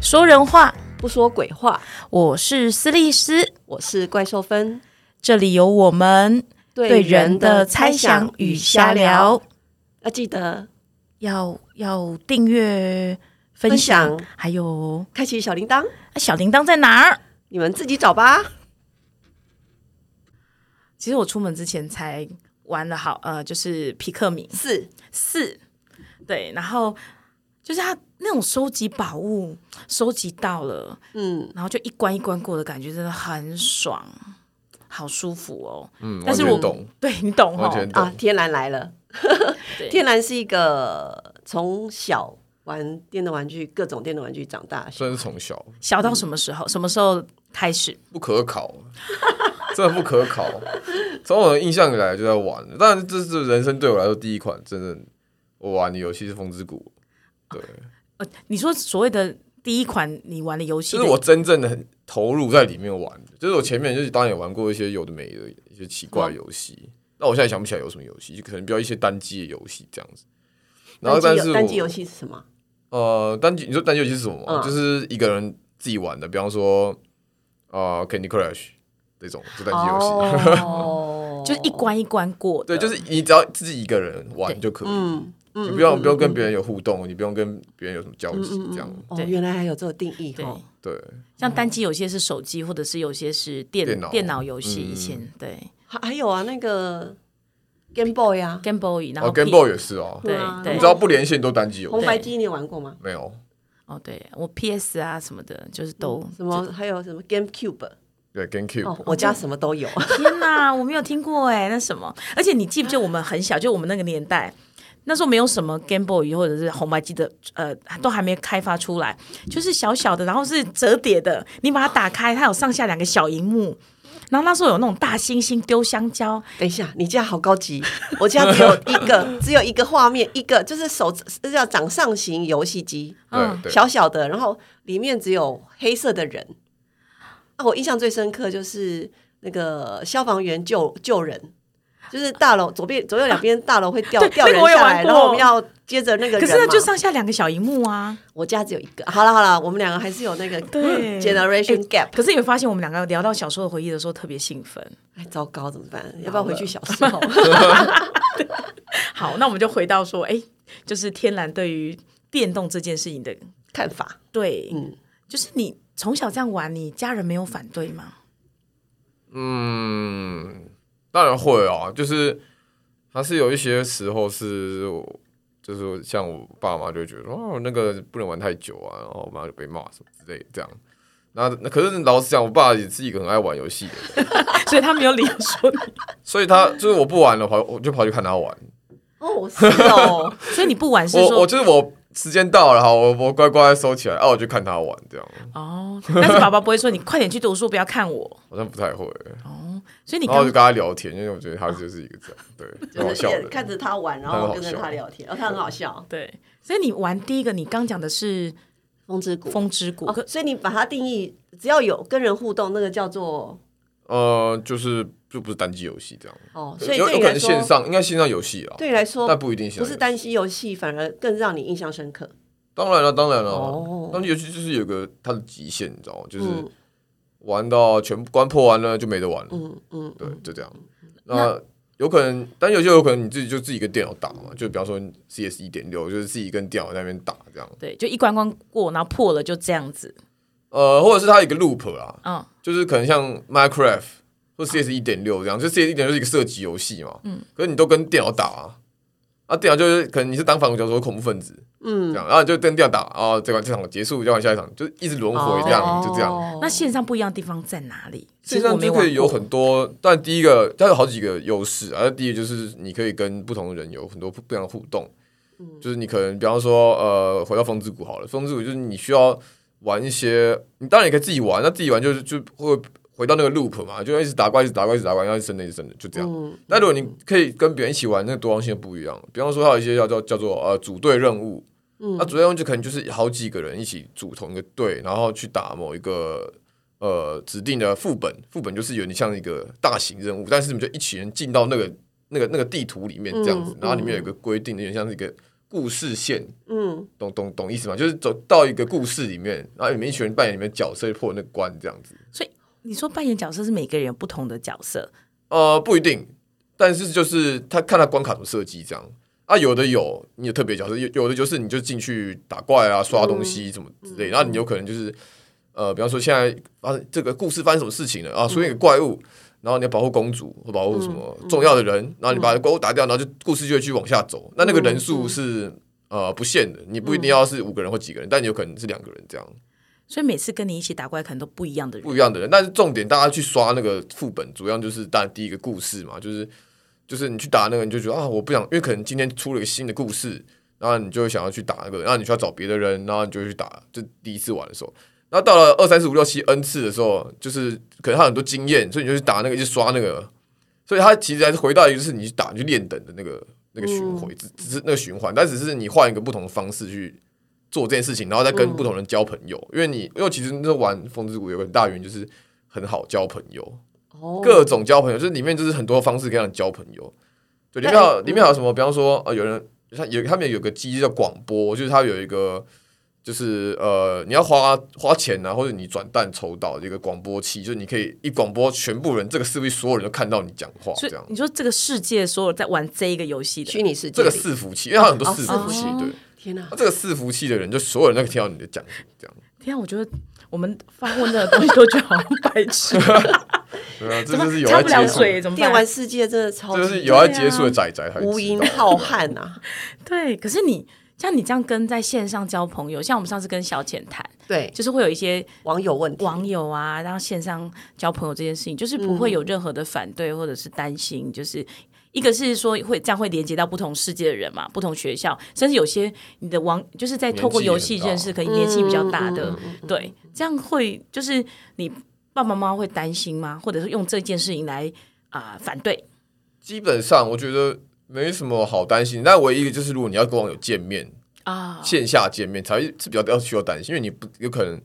说人话，不说鬼话。我是斯利斯，我是怪兽芬，这里有我们对人的猜想与瞎聊。，要记得要要订阅、分分享，享，还有开启小铃铛，啊小铃铛在哪儿？你们自己找吧。其实我出门之前才玩了好，呃，就是皮克敏四四，对，然后就是他那种收集宝物，收集到了，嗯，然后就一关一关过的感觉，真的很爽，好舒服哦。嗯，但是完我全懂，对你懂完哦，全懂。啊，天然来了对。 天然是一个从小玩电动玩具、各种电动玩具长大的小，算是从小小到什么时候？什么时候开始？不可考， 真的不可考。从我的印象以来就在玩，但这是人生对我来说第一款真正我玩的游戏是《风之谷》，对，啊呃，你说所谓的第一款你玩的游戏就的，是我真正的很投入在里面玩。就是我前面就是当然也玩过一些有的没的一些奇怪的游戏，嗯那、我现在想不起来有什么游戏，就可能比较一些单机的游戏这样子。然后单但机是游我单机游戏是什么？呃，单机你说单机游戏是什么吗、嗯就是一个人自己玩的，比方说呃 Candy Crush 这种是单机游戏。 哦就是一关一关过的，对，就是你只要自己一个人玩就可以，嗯嗯，你不用嗯不用跟别人有互动，你不用跟别人有什么交嗯集，嗯这样嗯哦，对原来还有这个定义哦对。哈。对。像单机有些是手机，或者是有些是电电脑游戏，嗯以前对还还有啊，那个 Game Boy 啊， Game Boy，然后哦，Game P- Boy 也是哦，对啊对你只要不连线都单机游红戏，白机你有玩过吗？没有哦对，我 PS 啊什么的，就是都嗯什么还有什么 GameCube？对哦， GameCube，我家什么都有。 天哪，我没有听过哎，那什么？而且你记不记得我们很小，就我们那个年代，那时候没有什么 Game Boy 或者是红白机的，呃，都还没开发出来，就是小小的，然后是折叠的，你把它打开，它有上下两个小荧幕。然后那时候有那种大猩猩丢香蕉，等一下，你家好高级，我家只有一个，只有一个画面，一个就是手这叫掌上型游戏机，嗯对对，小小的，然后里面只有黑色的人。啊，我印象最深刻就是那个消防员救救人。就是大楼左边左右两边大楼会 掉、对掉那人个我也下玩来，过然后我们要接着那个人可嘛。是那就上下两个小荧幕啊。我家只有一个。好了好了，我们两个还是有那个对 generation gap。可是你会发现，我们两个聊到小时候的回忆的时候特别兴奋。哎，糟糕，怎么办？要不要回去小时 候？ 好，那我们就回到说，哎，就是天然对于电动这件事情的看法，对，嗯，就是你从小这样玩，你家人没有反对 吗？嗯，当然会啊，就是还是有一些时候是我。就是像我爸妈就会觉得说哦，那个不能玩太久啊，然后我妈就被骂什么之类的这样。那那可是老实讲，我爸也是一个很爱玩游戏的人，所以他没有理由说你，所以他就是我不玩了，跑我就跑去看他玩。哦，是哦， 所以你不玩是我说我就是我时间到了，好，我我乖乖收起来，哦、我就看他玩这样，哦，但是爸爸不会说你快点去读书，不要看我好像不太会。哦。所以你然后我就刚跟他聊天，因为我觉得他就是一个这样，对， 很就好是笑也的。看着他玩，然很后好跟着笑他聊天，哦然后他很好笑。对，所以你玩第一个，你刚讲的是风之谷《风之谷》可哦，所以你把它定义，只要有跟人互动，那个叫做呃，就是就不是单机游戏这样，哦，所以有对有你可来能线说，上应该线上游戏啊，对你来但说不一定线不上是游戏单机游戏，反而更让你印象深刻。当然了，当然哦了，单机游戏就是有个它的极限，你知道吗？就是嗯玩到全部关破完了就没得玩了，嗯嗯，对，就这样。那有可能，但有些有可能你自己就自己跟电脑打嘛，就比方说 CS 一点六，就是自己跟电脑在那边打这样。对，就一关关过，然后破了就这样子。呃，或者是它有一个 loop 啊，嗯，就是可能像 Minecraft 或 CS 一点六这样，就 CS 一点六是一个射击游戏嘛，嗯，可是你都跟电脑打啊，啊，电脑就是可能你是当反恐角或恐怖分子，嗯，这样，然后你就跟电脑打，啊，这款这场结束，就换下一场，就一直轮回这样，哦就这样。那线上不一样的地方在哪里？其线实我上没就玩可以有过。很多，但第一个它有好几个优势啊。第一个就是你可以跟不同的人有很多不不一样的互动，嗯就是你可能比方说呃，回到风之谷好了，风之谷就是你需要玩一些，你当然也可以自己玩，那自己玩就是就会回到那个 loop 嘛，就一直打怪，一直打怪，一直打怪，然后一直升的，一直升的，就这样。嗯那如果你可以跟别人一起玩，那个多样性就不一样。比方说，还有一些叫做叫做呃组队任务，嗯那组队任务就可能就是好几个人一起组同一个队，然后去打某一个呃指定的副本，副本就是有点像一个大型任务，但是你们就一群人进到那个那个那个地图里面这样子，嗯然后里面有一个规定，有点像是一个故事线，嗯，懂懂懂意思吗？就是走到一个故事里面，然后你们一群人扮演你们的角色，破那个关这样子。所以你说扮演角色是每个人有不同的角色，呃，不一定，但是就是他看他关卡怎么设计这样啊，有的有你有特别角色，有有的就是你就进去打怪啊、刷东西什么之类，然后你有可能就是呃，比方说现在发生这个故事发生什么事情了啊，出现一个怪物。然后你要保护公主或保护什么重要的人，然后你把怪物打掉，然后就故事就会去往下走。那那个人数是、呃不限的，你不一定要是五个人或几个人，但你有可能是两个人这样。所以每次跟你一起打怪可能都不一样的人。不一样的人。但是重点，大家去刷那个副本，主要就是当然第一个故事嘛，就是就是你去打那个，你就觉得啊，我不想，因为可能今天出了一个新的故事，然后你就会想要去打那个，然后你需要找别的人，然后你就会去打。这第一次玩的时候，然后到了二三四五六七 n 次的时候，就是可能他很多经验，所以你就去打那个，一直刷那个，所以他其实还是回到一个就是你去打你去练等的那个那个循环，只只是那个循环，但只是你换一个不同的方式去做这件事情，然后再嗯跟不同人交朋友。因为你，因为其实那玩《风之谷》有个很大原因就是很好交朋友，嗯哦，各种交朋友，就是里面就是很多方式可以让你交朋友。对，里面还有里面还有什么？比方说，呃，有人他有他们有个机制叫广播，就是它有一个。就是呃，你要花花钱啊，或者你转蛋抽到这个广播器，就是你可以一广播，全部人这个社会所有人都看到你讲话，所这以样你说这个世界所有在玩这一个游戏的虚拟世界这里，个伺服器，因为它有很多哦伺服器伺服，器对，天哪那，这个伺服器的人，就所有人都可以听到你的讲什么这样。天啊，我觉得我们发问的东西都觉得好像白痴，对啊，这怎么就是有插在不了接触，嘴，怎么电办玩？世界真的超这级就是有在接触的仔仔才知道哦啊无垠浩瀚啊！对，可是你像你这样跟在线上交朋友，像我们上次跟小浅谈，对，就是会有一些网友问题，网友啊，然后线上交朋友这件事情，就是不会有任何的反对或者是担心，就是。一个是说会这样会连接到不同世界的人嘛，不同学校，甚至有些你的网就是在透过游戏认识，可能年纪比较大嗯的，对，这样会就是你爸爸妈妈会担心吗？或者是用这件事情来啊、反对？基本上我觉得没什么好担心，但唯一一个就是如果你要跟网友见面，哦啊，线下见面才是比较要需要担心，因为你不有可能，比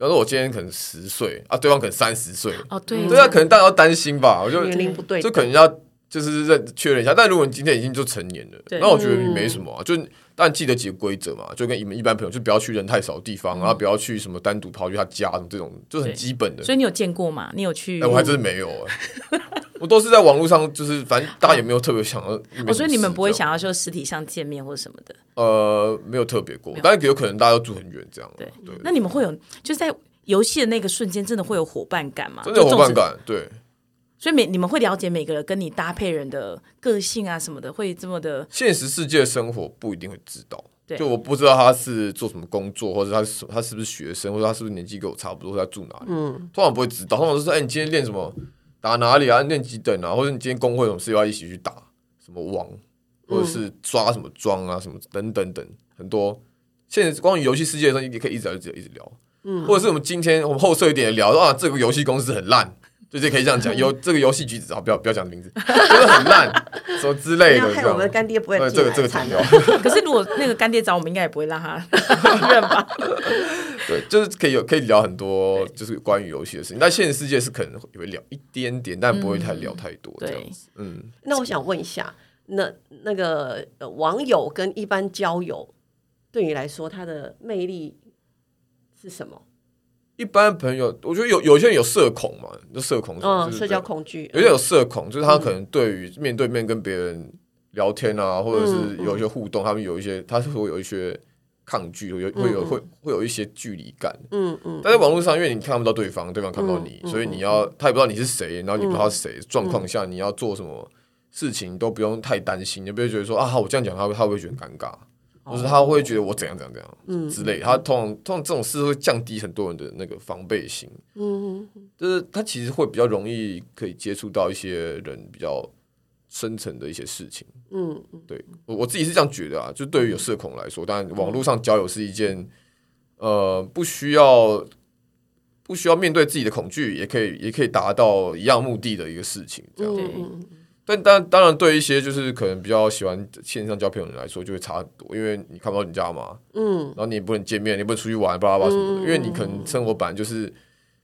方说我今天可能十岁啊，对方可能三十岁，哦，对，对啊，可能大家要担心吧，我就嗯年龄不对就等，可能要就是认确认一下。但如果你今天已经就成年了，对那我觉得没什嗯么啊，就但记得几个规则嘛，就跟你们一般朋友，就不要去人太少的地方，然后嗯不要去什么单独跑去他家什么这种，就很对基本的。所以你有见过吗？你有去？哎、我还真的没有哎、嗯我都是在网络上，就是反正大家也没有特别想要，哦，所以你们不会想想要说实体上见面或什么的。呃没有特别过，但是有可能大家都住很远这样，啊对，那你们会有就是在游戏的那个瞬间，真的会有伙伴感吗？真的有就伙纵使伴。感，对，所以每你们会了解每个人跟你搭配人的个性啊什么的，会这么 的现实世界生活不一定会知道对。就我不知道他是做什么工作，或者他是什他是不是学生，或者他是不是年纪跟我差不多，或者他住哪里，嗯通常不会知道。通常都是哎、你今天练什么，打哪里啊，练几等啊，或者你今天工会有什么事要一起去打什么王，嗯或者是抓什么装啊，什么等等等，很多。现在关于游戏世界的东西，你可以一直聊，一直聊一直聊。嗯或者是我们今天我们后设一点聊啊，这个游戏公司很烂，就是可以这样 讲。有这个游戏橘子啊，不要不要讲名字， 就是很烂，什么之不类要的。害这我样们的干爹不会呃，进这个来这个惨挺了掉。 可是如果那个干爹找我们，应该也不会让他认吧？对，就是可以有可以聊很多，就是关于游戏的事情。但现实世界是可能会聊一点点，但不会太嗯聊太 多这对样子。嗯，那我想问一下，那那个、呃、网友跟一般交友，对你来说，它的魅力是什么？一般朋友，我觉得有有些人有社恐嘛，就社恐什么，嗯，就是社交恐嗯惧，有些有社恐，就是他可能对于面对面跟别人聊天啊，或者嗯是有一些互动，他们有一些，他是会有一些抗拒，有会有会会有一些距离感。嗯嗯但在网络上，因为你看不到对方，对方看不到你，所以你要他也不知道你是谁，然后你不知道他是嗯谁状况下，你要做什么事情都不用太担心，你不会觉得说啊，我这样讲他会他会不会觉得很尴尬，哦或是他会觉得我怎样怎样怎嗯样之类。他通常通常这种事会降低很多人的那个防备心，嗯嗯，就是他其实会比较容易可以接触到一些人比较深层的一些事情。嗯，嗯对我我自己是这样觉得啊，就对于有社恐来说，当然网络上交友是一件呃不需要不需要面对自己的恐惧，也可以也可以达到一样目的的一个事情。这样，嗯对嗯但当当然对一些就是可能比较喜欢线上交朋友的人来说，就会差很多，因为你看不到人家嘛，嗯，然嗯后你也不能见面，你也不能出去玩，巴拉巴拉什么的，因为你可能生活本来就是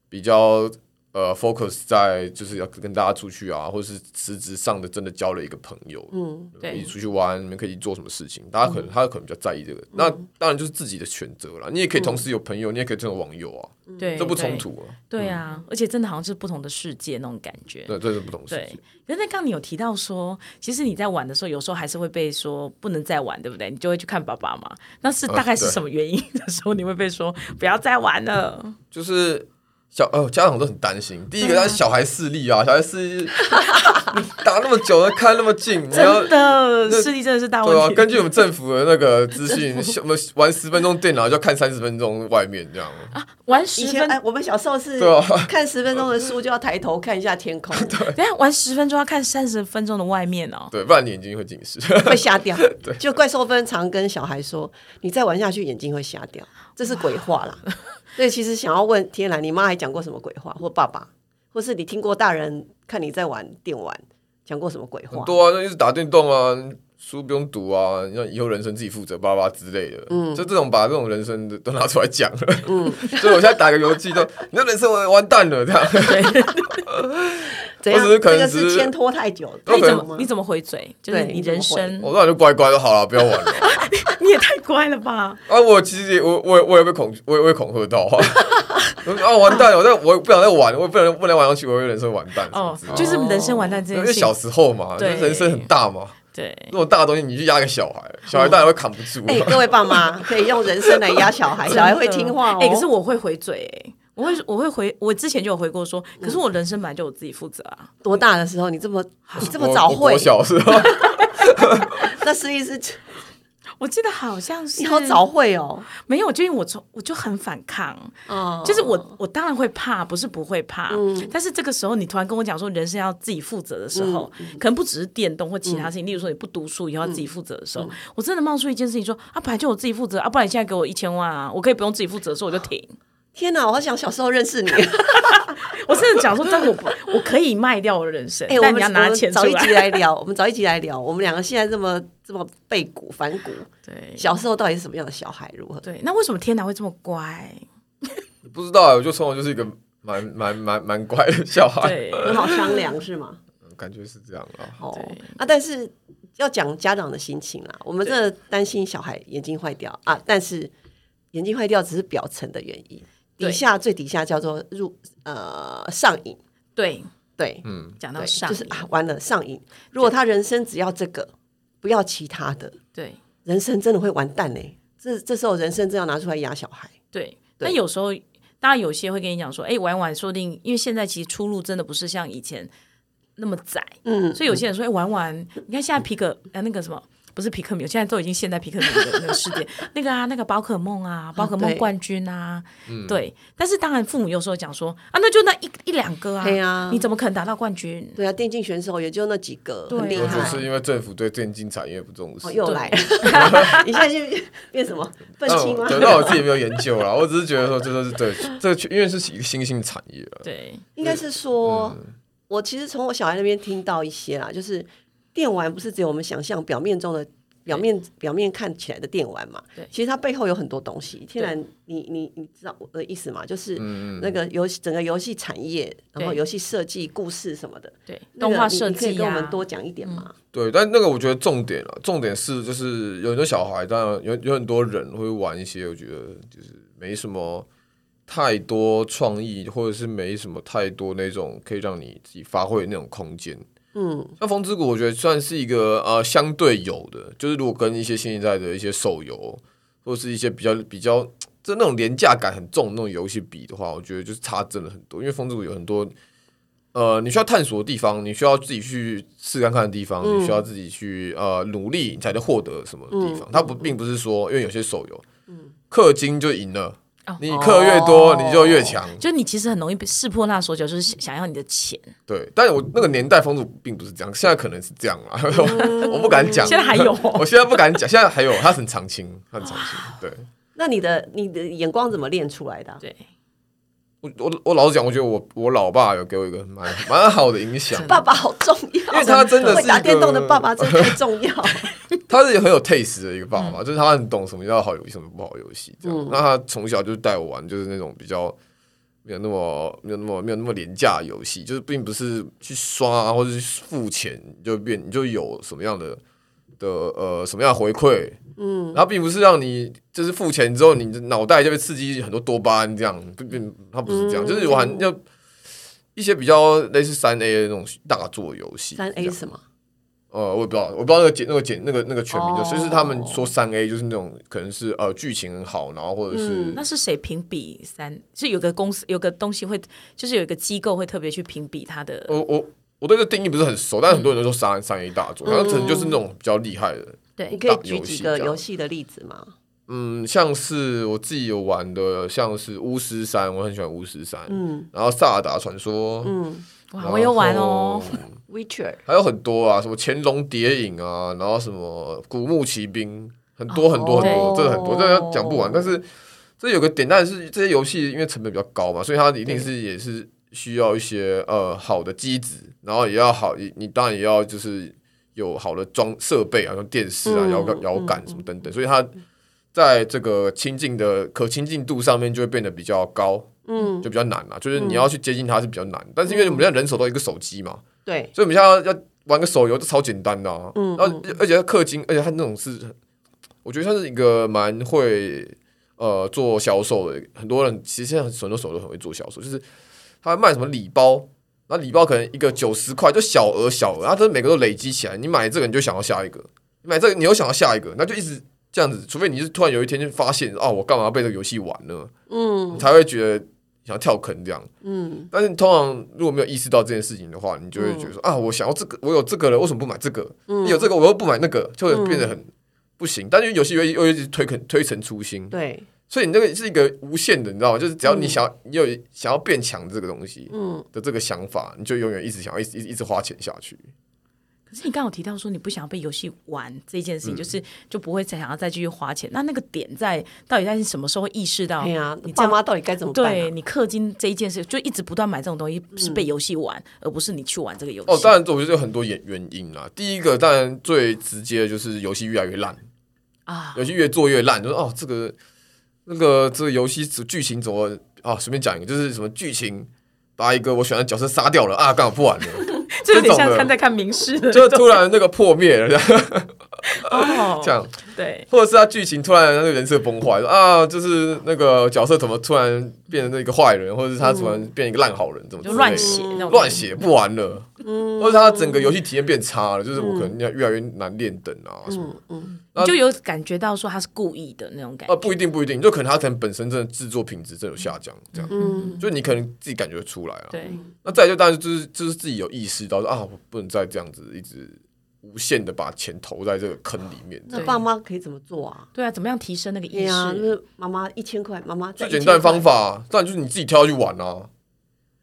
比较呃 focus 在就是要跟大家出去啊，或者是实质上的真的交了一个朋友，嗯，对嗯一起出去玩，你们可以做什么事情？大家可能、他可能比较在意这个，那当然就是自己的选择啦。你也可以同时有朋友，你也可以成为网友啊，对，这不嗯冲对。突啊，对啊，而且真的好像是不同的世界那种感觉。对，这是不同事对情。，可是那刚刚你有提到说，其实你在玩的时候，有时候还是会被说不能再玩，对不对？你就会去看爸爸嘛。那是大概是呃对什么原因 的时候，你会被说不要再玩了？就是小呃家长都很担心，第一个，他小孩视力啊，小孩视力你打那么久了，看那么近，你要真的，视力真的是大对啊问，题。根据我们政府的那个资讯，我们玩十分钟电脑就要看三十分钟外面这样。玩以十前分哎，，我们小时候是对啊看十分钟的书就要抬头看一下 天空，哎等一下玩十分钟要看三十分钟的外面哦。对，不然你眼睛会近视。 会瞎掉。就怪兽分常跟小孩说，你再玩下去眼睛会瞎掉，这是鬼话 啦。所以其实想要问天然，你妈还讲过什么鬼话，或爸爸，或是你听过大人看你在玩电玩，讲过什么鬼话很？ 多啊，那就是打电动啊，书不用读啊，让以后人生自己负责，巴拉巴拉之类的。嗯，就这种把这种人生的都拿出来讲了。嗯， 所以我现在打个游戏都，你的人生完完蛋了这样。怎样？我只是可能这个只是是牵拖太久，那你知怎道么吗你怎么回嘴？就是对你你怎么人回生， 我当然就乖乖就好了，不要玩了。你也太乖了吧！啊，我其实也我我也我也被恐我也我也恐吓到啊。 啊，完蛋了！我在我不想再玩，我不能不能玩下去，我会人生完蛋。哦哦，，就是人生完蛋这因件为事小情，时候嘛，就对是人生很大嘛，对这，种大的东西你去压个小孩，小孩当然会扛不住啊。哦哎、各位爸 妈可以用人生来压小孩，小孩会听话哦。哎、可是我会回嘴、哎，我会我会回，我之前就有回过说，可是我人生本来就我自己负责啊。多大的时候你这么你这么我早我会国？小是吧？ 那思意是我记得好像是你好早会哦。没有，就因为我从我就很反抗，嗯哦，嗯就是我我当然会怕，不是不会怕，但是这个时候你突然跟我讲说人生要自己负责的时候，嗯可能不只是电动或其他事情，例如说你不读书以后要自己负责的时嗯候，我真的冒出一件事情说啊，本来就我自己负责啊，不然你现在给我一千万啊，我可以不用自己负责的时候我就停。 天哪，我好想小时候认识你。我真的讲说，但我不我可以卖掉我的人生，哎、我但们你要拿钱我出们早一集来。来聊，我们早一集来聊，我们两个现在这么这么背骨反骨，对小时候到底是什么样的小孩？如何？对，那为什么天南会这么乖？不知道啊，我就从小就是一个蛮蛮蛮蛮乖的小 孩，对，很好商量是吗？感觉是这样啊。哦，啊，但是要讲家长的心情啦，我们真的担心小孩眼睛坏掉啊，但是眼睛坏掉只是表层的原因，对底下最底下叫做入呃上瘾，对，对，讲到对，上就是瘾，啊完了上瘾。如果他人生只要这个，不要其他的，对人生真的会完蛋呢、这这时候人生真要拿出来压小孩，对。对但有时候，当然有些会跟你讲说，哎，玩一玩，说不定因为现在其实出路真的不是像以前那么窄，嗯，所以有些人说，哎，玩玩，你看现在皮克呃那个什么。不是皮克米，现在都已经现代皮克米的那个世界， 那个啊，那个宝可梦啊，宝可梦对嗯冠军啊，对。但是当然，父母有时候讲说啊，那就那一一两个啊，对啊你怎么可能达到冠军？对啊，电竞选手也就那几个，对啊很厉或者害是。因为政府对电竞产业不重视哦，，又来， 你现在就变 什么愤但青我吗？哦对那我自己也没有研究啦，我只是觉得说这都是对这个确，因为是一个新兴产业啊，对， 应该是说，嗯我其实从我小孩那边听到一些啦，就是电玩不是只有我们想象表面中的表面表面看起来的电玩嘛对，其实它背后有很多东西。天然，你你你知道我的意思吗？嗯就是那个游戏整个游戏产业，然后对游戏设计、故事什么的，对，那动个画你设你可以计跟我们啊，多讲一点吗？对，但那个我觉得重点啊，重点是就是有很多小孩，当然有有很多人会玩一些，我觉得就是没什么太多创意，或者是没什么太多那种可以让你自己发挥的那种空间。嗯，像风之谷，我觉得算是一个呃相对有的，就是如果跟一些新一代的一些手游或者是一些比较比较就那种廉价感很重的那种游戏比的话，我觉得就是差真的很多。因为风之谷有很多呃你需要探索的地方，你需要自己去试看看的地方，你需要自己去呃努力，你才能获得什么地方。它不并不是说，因为有些手游，氪金就赢了，你氪越多哦你就越强。就你其实很容易被识破那手脚，就是想要你的钱。对，但是我那个年代风俗并不是这样，现在可能是这样啦， 我我不敢讲。嗯现在还有哦 我现在不敢讲，现在还有，他很常青，他很常青。对那你的你的眼光怎么练出来的啊、对，我，我我老实讲，我觉得我我老爸有给我一个蛮蛮好的影 响，爸爸好重要，因为他真的是会打一个电动的爸爸真的太重要。 他是很有 taste 的一个爸爸，嗯就是他很懂什么叫好游戏，什么不好游戏这样。那他从小就带我玩，就是那种比较没有那么没有那么没有那么廉价的游戏，就是并不是去刷啊，或者是付钱你就变你就有什么样的的呃什么样的回馈，嗯，然后并不是让你就是付钱之后你的脑袋就被刺激很多多巴胺这样，并并它不是这样，嗯就是我还要一些比较类似三 A 的那种大作游戏，三这 A 样什么？呃，我也不知道，我不知道那个简那个简那个那个全名，哦就是他们说三 A 就是那种可能是呃剧情很好，然后或者是、嗯那是谁评比三？是有个公司有个东西会，就是有一个机构会特别去评比它的。我我我对这定义不是很熟，但是很多人都说三三 A 大作，然后可嗯能就是那种比较厉害的，你对，可以举几大游戏这个样游戏的例子吗？嗯，像是我自己有玩的，像是巫师三，我很喜欢巫师三，嗯，然后萨尔达传说，嗯，哇，我有玩哦。。 Witcher 还有很多啊，什么潜龙谍影啊，然后什么古墓奇兵，很多很多很多，对真的很多，这个讲不完。但是这有个点，但是这些游戏因为成本比较高嘛，所以它一定是也是需要一些呃好的机子，然后也要好，你你当然也要就是有好的装设备啊，像电视啊、嗯摇杆、摇杆什么等等，所以它在这个亲近的呃可亲近度上面就会变得比较高。嗯，就比较难啦、就是你要去接近它是比较难，但是因为我们现在人手都有一个手机嘛，对，所以我们现在要要玩个手游，这超简单的、啊。嗯，然后而且它氪金，而且它那种是，我觉得它是一个蛮会呃做销售的。很多人其实现在很多手游都很会做销售，就是他卖什么礼包，然后礼包可能一个九十块，就小额小额，它这每个都累积起来，你买这个你就想要下一个，你买这个你又想要下一个，那就一直。这样子，除非你是突然有一天就发现，哦，我干嘛被这个游戏玩呢？嗯，你才会觉得想要跳坑这样。嗯，但是你通常如果没有意识到这件事情的话，你就会觉得说、啊，我想要这个，我有这个了，为什么不买这个？你有这个我又不买那个，就会变得很不行。但是游戏又又一直推坑推陈出新，对，所以你这个是一个无限的，你知道吗？就是只要你想要、你有想要变强这个东西嗯，的这个想法，你就永远一直想要一直一直一直花钱下去。可是你刚好提到说你不想要被游戏玩这件事情，就是就不会再想要再继续花钱。那那个点在到底在什么时候会意识到？哎呀你，这爸样妈到底该怎么办对啊？你氪金这一件事，就一直不断买这种东西，是被游戏玩，而不是你去玩这个游戏。嗯哦，当然，我觉得有很多原原因啦。第一个当然最直接的就是游戏越来越烂，啊，游戏越做越烂，就是哦，这个那个这个游戏剧情怎么啊？随便讲一个，就是什么剧情把一个我喜欢的角色杀掉了啊，刚好不玩了，这有点这种像的看在看名师的就突然那个破灭了哦这，样，对，或者是他剧情突然那个人设崩坏啊，就是那个角色怎么突然变成那个坏人，或者是他突然变一个烂好人，怎么之就类的乱写那种嗯乱写不玩了，或者他整个游戏体验变差了，就是我可能要越来越难练等嗯啊什么的。你就有感觉到说他是故意的那种感觉。啊，不一定，不一定，就可能他可能本身真的制作品质真的有下降，这样，就你可能自己感觉出来啊。嗯对，那再来就当然就是就是自己有意识到说啊，我不能再这样子一直无限的把钱投在这个坑里面。那对爸妈可以怎么做啊？对啊，怎么样提升那个哎意呀，识？那妈妈一千块，妈妈再最简单的1000块方，法，啊当然就是你自己挑去玩啊，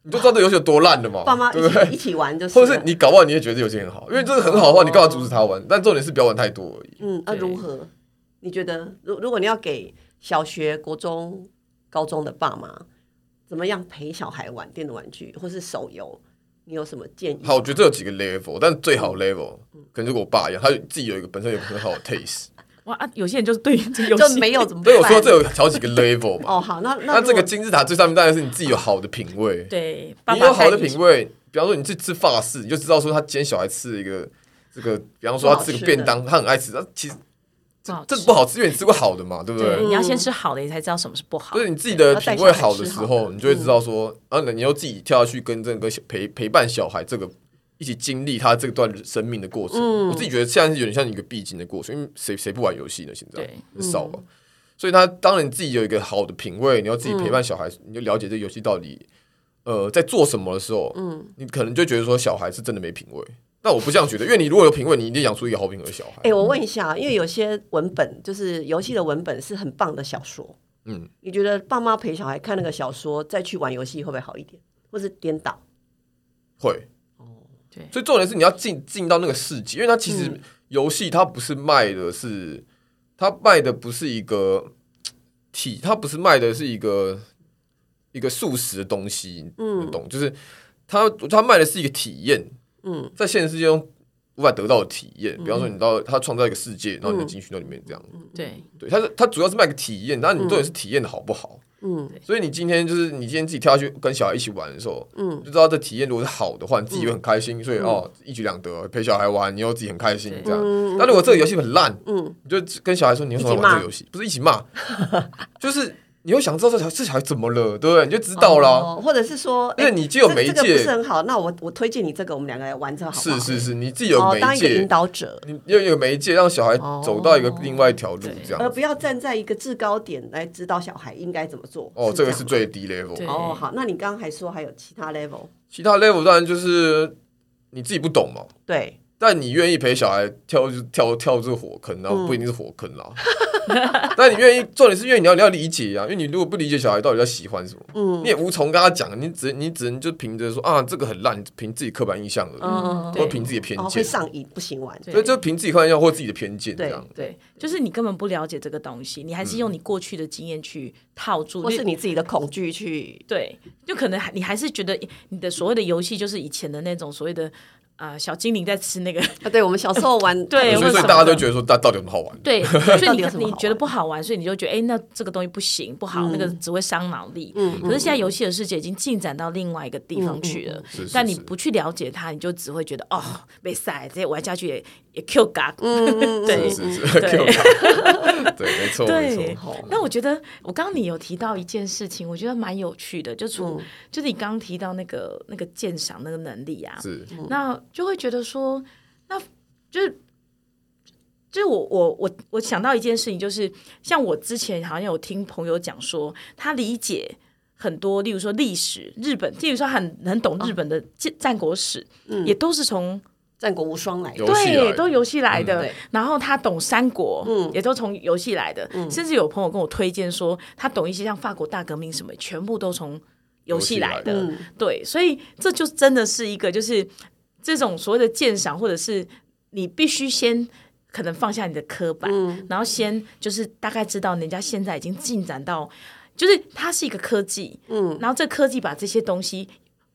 你都知道这游戏有多烂的嘛，爸妈对不一对？起一起玩就是 或了。者是你搞不好你也觉得这游戏很好，因为这个很好的话，你干嘛阻止他玩？但重点是不要玩太多而已。嗯，那、对如何？你觉得，如如果你要给小学、国中、高中的爸妈，怎么样陪小孩玩电动玩具或是手游？你有什么建议？好，我觉得这有几个 level，但最好 level 嗯可能就跟我爸一样，他自己有一个本身有很好的 taste，哇啊，有些人就是对于这游 就戏没有怎么所办？以我说这有好几个 level 嘛。哦，好，那那那这个如果金字塔最上面当然是你自己有好的品味， 对，爸你爸有好的带你品味，比方说你去吃法式，你就知道说他今天小孩吃了一个这个，比方说他吃个便当，他很爱吃，他其实不好这吃不好吃，因为你吃过好的嘛，对不对，对？嗯你要先吃好的，你才知道什么是不好所。以你自己的品味好的要带小孩吃时好候，的你就会知道说，啊，你又自己跳下去跟这个小陪陪伴小孩这个一起经历他这段生命的过程。我自己觉得现在是有点像一个必经的过程，因为谁谁不玩游戏呢？现在对很少吧。所以他当然你自己有一个好的品味，你要自己陪伴小孩，你就了解这游戏到底呃在做什么的时候，嗯，你可能就觉得说小孩是真的没品味。但我不这样觉得，因为你如果有品味，你一定养出一个好品味的小哎、孩。我问一下，因为有些文本就是游戏的文本是很棒的小说，嗯，你觉得爸妈陪小孩看那个小说，再去玩游戏会不会好一点，或是颠倒？会对所以重点是你要进进到那个世界，因为它其实游戏它不是卖的是，它卖的不是一个体，它不是卖的是一个一个素食的东西，嗯，懂？就是它它卖的是一个体验，嗯，在现实世界中无法得到的体验。比方说，你到他创造一个世界，然后你就进去那里面这样。对，对，它是它主要是卖个体验，然后你重点是体验的好不好。嗯，所以你今天就是你今天自己跳下去跟小孩一起玩的时候，嗯，就知道这体验如果是好的话，你自嗯己会很开心，所以哦一举两得，陪小孩玩，你又自己很开心这样。嗯但如果这个游戏很烂，嗯，你就跟小孩说你为什么要玩这个游戏？不是一起骂， 就是你会想知道这小孩这小孩怎么了，对不对？你就知道了，哦或者是说，因为哎你既有这媒这个不是介，很好，那我我推荐你这个，我们两个来玩这个好不是好？是是，你自己有哦，媒当一个引介，导者，你又有媒介让小孩走到一个另外一条路对这而样。不要站在一个制高点来指导小孩应该怎么做。哦，这个是样吗最低 level。对哦，好，那你刚刚还说还有其他 level，其他 level 当然就是你自己不懂嘛，对，但你愿意陪小孩跳就跳跳这个火坑，嗯然后不一定是火坑啦。 但你愿意，重点是因为你要你要理解啊，因为你如果不理解小孩到底在喜欢什么，嗯你也无从跟他讲，你只你只能就凭着说啊这个很烂，凭自己刻板印象而嗯已，对或凭自己的偏哦，会见，上瘾，不行玩。对所以就凭自己刻板印象或自己的偏见这对样。对，就是你根本不了解这个东西，你还是用你过去的经验去套住，或就是你自己的恐惧去，对，就可能还你还是觉得你的所谓的游戏就是以前的那种所谓的啊、呃小精灵在吃那个，啊，对我们小时候玩，啊对所以为所什以么大家都觉得说，大到底有什么好玩？对， 所以到你底有什么你好觉得玩嗯不好玩，所以你就觉得哎、诶那这个东西不行，不好，那个只会伤脑力。可是现在游戏的世界已经进展到另外一个地方去嗯了，是是但你是不去了解它，你就只会觉得哦，被塞，这些玩下去也也 Q 嘎，嗯对是是是，对 对，没错没对错。，那我觉得我刚刚你有提到一件事情，我觉得蛮有趣的，就除、嗯就是你刚刚提到那个那个鉴赏那个能力啊，是，那就会觉得说，那就是。就是我我我我想到一件事情，就是像我之前好像有听朋友讲说，他理解很多，例如说历史，日本，例如说很很懂哦日本的战战国史，也都是从战国无双来的，有嗯游戏来对，的嗯都游戏来的。对然后他懂三国，也都从游戏来的。甚至有朋友跟我推荐说，他懂一些像法国大革命什么，全部都从游戏来的。游戏来的对，所以这就真的是一个，就是这种所谓的鉴赏，或者是你必须先。可能放下你的刻板，嗯然后先就是大概知道人家现在已经进展到，就是它是一个科技，嗯，然后这科技把这些东西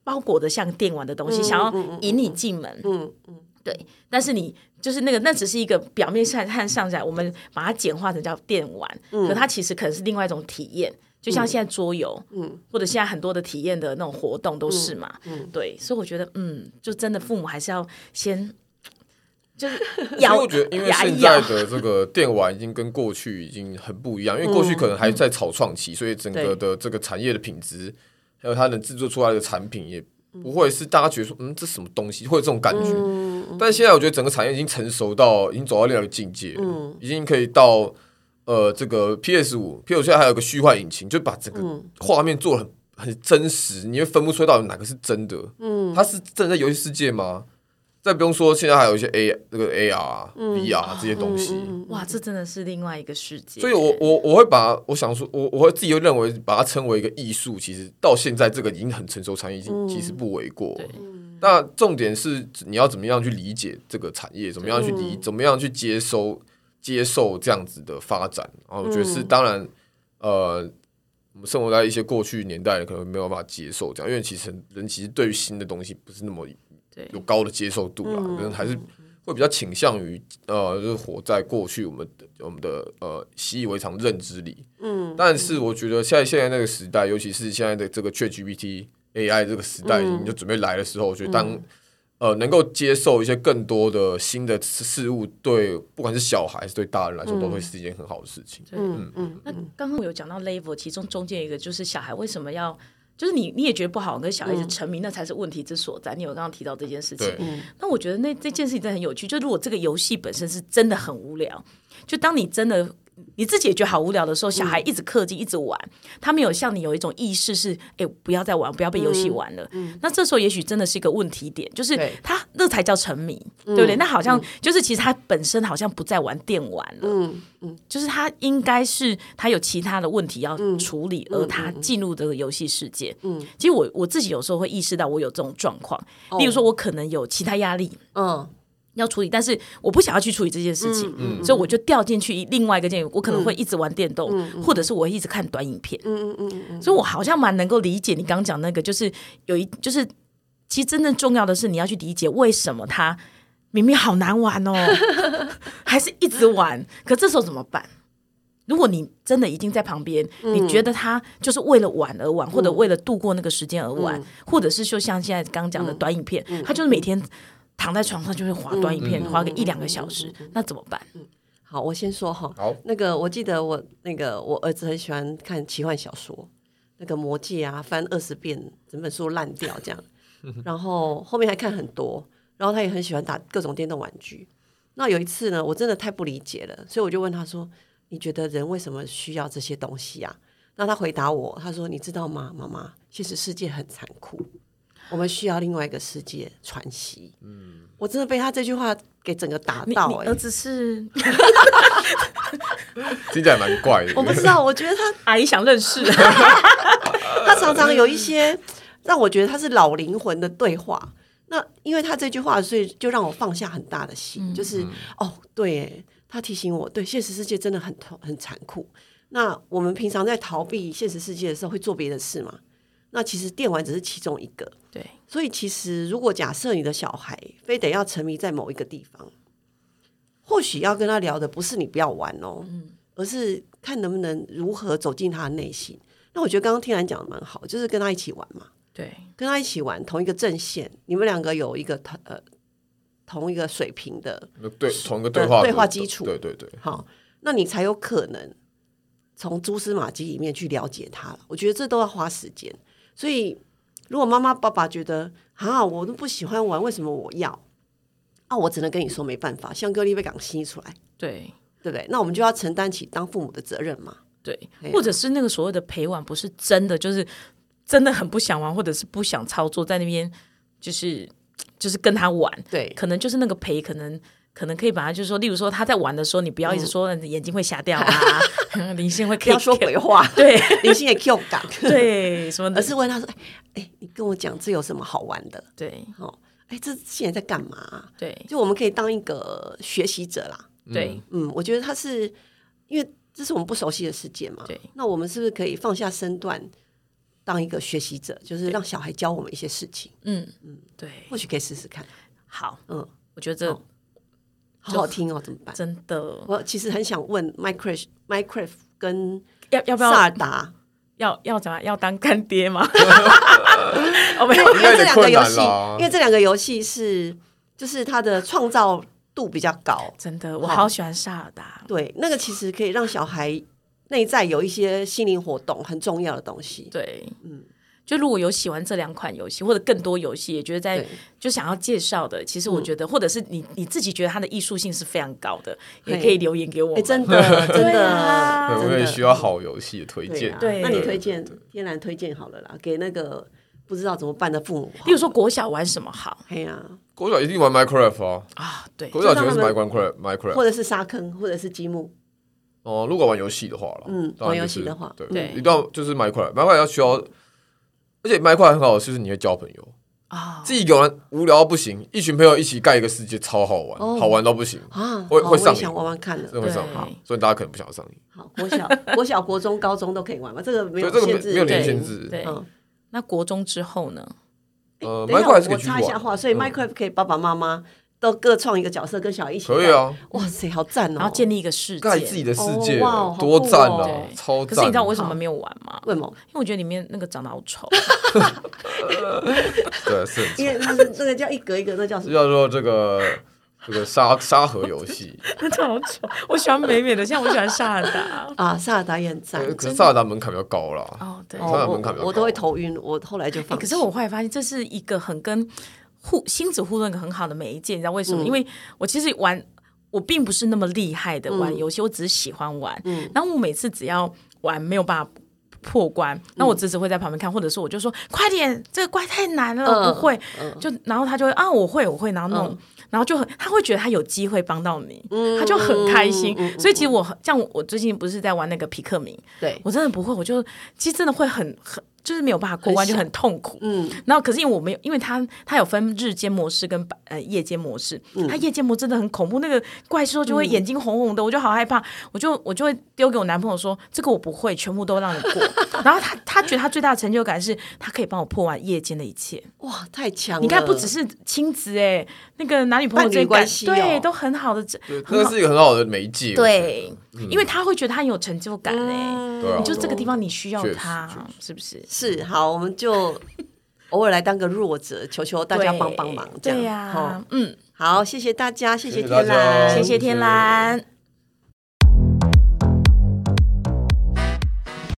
包裹的像电玩的东西，想要引你进门，嗯对，但是你就是那个，那只是一个表面上看上来，我们把它简化成叫电玩，嗯可它其实可能是另外一种体验。就像现在桌游，嗯，或者现在很多的体验的那种活动都是嘛，对，所以我觉得，嗯，就真的父母还是要先 就是因为 咬我觉得，因为牙现一在咬，的这个电玩已经跟过去已经很不一样，因为过去嗯可能还在草创期，所以整个的这个产业的品质，还有它能制作出来的产品，也不会是大家觉得说，嗯，这什么东西，会有这种感觉。嗯但现在我觉得整个产业已经成熟到，已经走到另外一个境界，嗯已经可以到呃这个 PS 五，PS 五现在还有个虚幻引擎，就把整嗯个画面做的很。很真实，你会分不出到底哪个是真的。嗯，它是真的在游戏世界吗？再不用说，现在还有一些 A 那个 AR 啊、VR 这些东西，哇，这真的是另外一个世界。所以我我我会把我想说，我我会自己会认为把它称为一个艺术，其实到现在这个已经很成熟产业，已经其实不为过。那重点是你要怎么样去理解这个产业，怎么样去理，怎么样去接收接受这样子的发展。然后我觉得是当然，呃，我们生活在一些过去年代可能没有办法接受这样，因为其实人其实对于新的东西不是那么对有高的接受度啦，嗯可能还是会比较倾向于呃，就是活在过去我们的我们的呃习以为常认知里。嗯，但是我觉得现在现在那个时代，尤其是现在的这个 ChatGPT AI 这个时代，嗯你就准备来的时候，我觉得当呃能够接受一些更多的新的事事物，对不管是小孩还是对大人来说，都会是一件很好的事情。嗯嗯，那刚刚我有讲到 level，其中中间有一个就是小孩为什么要，就是你你也觉得不好，跟小孩子沉迷，那才是问题之所在。你有刚刚提到这件事情对，嗯那我觉得那这件事情真的很有趣。就如果这个游戏本身是真的很无聊，就当你真的你自己也觉得好无聊的时候，小孩一直氪金，一直玩，他没有像你有一种意识是，哎、不要再玩，不要被游戏玩了。那这时候也许真的是一个问题点，就是对他那才叫沉迷，对不对？那好像就是其实他本身好像不再玩电玩了，就是他应该是他有其他的问题要处理，而他进入这个游戏世界。嗯，其实我我自己有时候会意识到我有这种状况，例如说我可能有其他压力嗯，要处理，但是我不想要去处理这件事情，所以我就掉进去一另外一个建议，我可能会一直玩电动，或者是我会一直看短影片。嗯嗯嗯，所以我好像蛮能够理解你刚刚讲那个，就是有一就是其实真正重要的是你要去理解为什么他。明明好难玩 哦，还是一直玩。可这时候怎么办？如果你真的已经在旁边，你觉得他就是为了玩而玩，或者为了度过那个时间而玩，或者是就像现在刚讲的短影片，他就是每天躺在床上就会滑短影片，滑个一两个小时，那怎么办？好，我先说哈。好那个我记得我那个我儿子很喜欢看奇幻小说，那个《魔戒》啊，翻二十遍，整本书烂掉这样。然后后面还看很多，然后他也很喜欢打各种电动玩具。那有一次呢，我真的太不理解了，所以我就问他说：“你觉得人为什么需要这些东西啊？”那他回答我，他说：“你知道吗，妈妈，现实世界很残酷，我们需要另外一个世界喘息。”嗯，我真的被他这句话给整个打你到、你欸，儿子是听起来蛮怪的。我不知道，我觉得他 阿姨想认识，他常常有一些让我觉得他是老灵魂的对话。那因为他这句话，所以就让我放下很大的心，就是哦，对耶，他提醒我，对，现实世界真的很痛很残酷。那我们平常在逃避现实世界的时候，会做别的事吗？那其实电玩只是其中一个。 对，所以其实如果假设你的小孩非得要沉迷在某一个地方，或许要跟他聊的不是你不要玩哦，而是看能不能如何走进他的内心。那我觉得刚刚听兰讲的蛮好，就是跟他一起玩嘛，对，跟他一起玩同一个阵线，你们两个有一个同呃同一个水平的， 对，同一个对话对话的基础对对对，好，那你才有可能从蛛丝马迹里面去了解他。我觉得这都要花时间，所以如果妈妈爸爸觉得啊，我都不喜欢玩，为什么我要？啊，我只能跟你说没办法，香格里被港吸出来，对。对不对？那我们就要承担起当父母的责任嘛。对哎，呀或者是那个所谓的陪玩，不是真的，就是真的很不想玩，或者是不想操作，在那边就是就是跟他玩，对可能就是那个陪，可能可能可以把他，就是说，例如说他在玩的时候，你不要一直说你眼睛会瞎掉 啊，灵性会嗯不可 要以说鬼话，对林心也 Q 港， 对什么而的，是问他说：“哎、哎，你跟我讲这有什么好玩的？对哦，哎，这现在在干嘛啊、对就我们可以当一个学习者啦。对嗯，我觉得他是因为这是我们不熟悉的世界嘛。对，那我们是不是可以放下身段，当一个学习者，就是让小孩教我们一些事情？嗯嗯对，或许可以试试看。好，嗯，我觉得这好好好听哦，怎么办？真的我其实很想问 Minecraft、Minecraft 跟要要不萨要 尔达，要要怎么样要当干爹 吗？我没有因为这两个游应该有点困戏难啦，因为这两个游戏是就是它的创造度比较高。真的，我好好喜欢萨尔达，对，那个其实可以让小孩内在有一些心灵活动，很重要的东西。对，嗯，就如果有喜欢这两款游戏或者更多游戏，也觉得在对就想要介绍的，其实我觉得，或者是你你自己觉得它的艺术性是非常高的，嘿也可以留言给我哎，们。真 的，真对的，啊对我真也的需要好游戏的推对荐啊。对那你推荐天然推荐好了啦，给那个不知道怎么办的父母。例如说国小玩什么好哎呀，国小一定玩 Minecraft 啊，啊？对，国小绝对是就让玩他 Minecraft Minecraft。或者是沙坑，或者是积木，哦，如果玩游戏的话了，嗯当然就玩游是戏的话对，对一定要就是 Minecraft，Minecraft 要需要，而且 Minecraft 很好的就是你会交朋哦友，啊，自己一个人玩无聊到不行，一群朋友一起盖一个世界，超好玩，哦好玩到不行，啊，会好我会上也想瘾玩玩看真的了。会上对瘾，所以大家可能不想要上瘾。好，国小、 国小、国中、高中都可以玩嘛，这个没对，有这个没限制，没有对年限制。对，嗯，那国中之后呢？呃等一下，Minecraft 还是可我以去插一下话，玩，嗯所以 Minecraft 可以爸爸妈妈都各创一个角色，跟小孩一起。可以，啊，哇塞，好赞哦！然后建立一个世界盖。自己的世界哦哇好酷哦，多赞啊对，超可是你赞知道。我为什么没有玩吗？为什么？因为我觉得里面那个长得好丑。 对，是很因为那是那个叫一格一格，那叫什这么？叫做这个这个沙沙盒游戏，真的好丑，我喜欢美美的，像我喜欢萨尔达。啊，萨尔达也很赞。呃可是萨尔达门槛比较高啦。哦，对，萨尔达哦，门槛比我较高我都会头晕，我后来就欸放弃。可是我后来发现，这是一个很跟互亲子互动一个很好的媒介，你知道为什么？嗯因为我其实玩，我并不是那么厉害的嗯玩游戏，我只是喜欢玩。然后我每次只要玩没有办法。破关，那嗯我侄子会在旁边看，或者是我就说快点，这个怪太难了，嗯我不会。就然后他就会啊，我会，我会，然后弄，然后就很，他会觉得他有机会帮到你，嗯他就很开心。所以其实我很像我最近不是在玩那个皮克明，对我真的不会，我就其实真的会很很。就是没有办法过关，很就小很痛苦。嗯，然后可是因为我没有，因为它它有分日间模式跟白呃夜间模式，嗯它夜间模式真的很恐怖，那个怪兽就会眼睛红红的，我就好害怕，嗯我就我就会丢给我男朋友说这个我不会，全部都让你 过。然后他他觉得他最大的成就感是他可以帮我破完夜间的一切。哇，太强了！你看不只是亲子哎、那个男女朋友伴侣之间感关系哦对都很好的这，对，那个是一嗯个很好的媒介。我觉得对，因为他会觉得他很有成就感哎、嗯对哦啊，就这个地方你需要确实他确，是不是？是好，我们 就偶尔来当个弱者，求求大家帮帮忙，这对样对呀、齁嗯，好，谢谢大家，谢哦谢谢天大家蓝，谢谢天蓝。